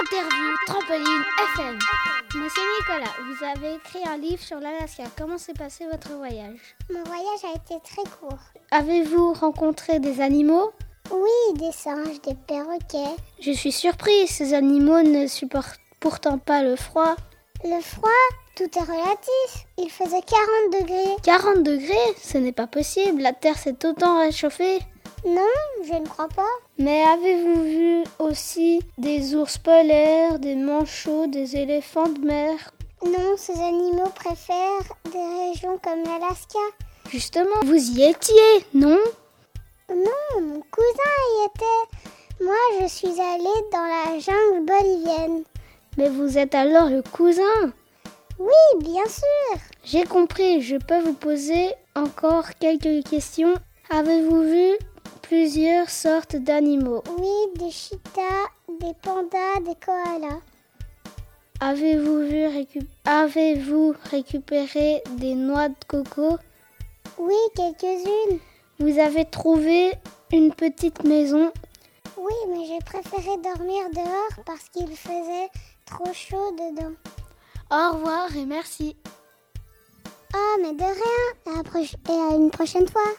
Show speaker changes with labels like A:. A: Interview Trampoline FM. Monsieur Nicolas, vous avez écrit un livre sur l'Alaska. Comment s'est passé votre voyage
B: Mon voyage a été très court.
A: Avez-vous rencontré des animaux
B: Oui, des singes, des perroquets.
A: Je suis surprise, ces animaux ne supportent pourtant pas le froid.
B: Le froid, tout est relatif. Il faisait 40 degrés.
A: 40 degrés Ce n'est pas possible, la Terre s'est autant réchauffée.
B: Non, je ne crois pas.
A: Mais avez-vous vu aussi des ours polaires, des manchots, des éléphants de mer
B: Non, ces animaux préfèrent des régions comme l'Alaska.
A: Justement, vous y étiez, non
B: Non, mon cousin y était. Moi, je suis allée dans la jungle bolivienne.
A: Mais vous êtes alors le cousin
B: Oui, bien sûr.
A: J'ai compris, je peux vous poser encore quelques questions. Avez-vous vu plusieurs sortes d'animaux
B: Oui, des cheetahs, des pandas, des koalas.
A: Avez-vous vu récu- avez-vous récupéré des noix de coco
B: Oui, quelques-unes.
A: Vous avez trouvé une petite maison
B: Oui, mais j'ai préféré dormir dehors parce qu'il faisait trop chaud dedans.
A: Au revoir et merci.
B: Ah, mais de rien. À la proche- Et à une prochaine fois.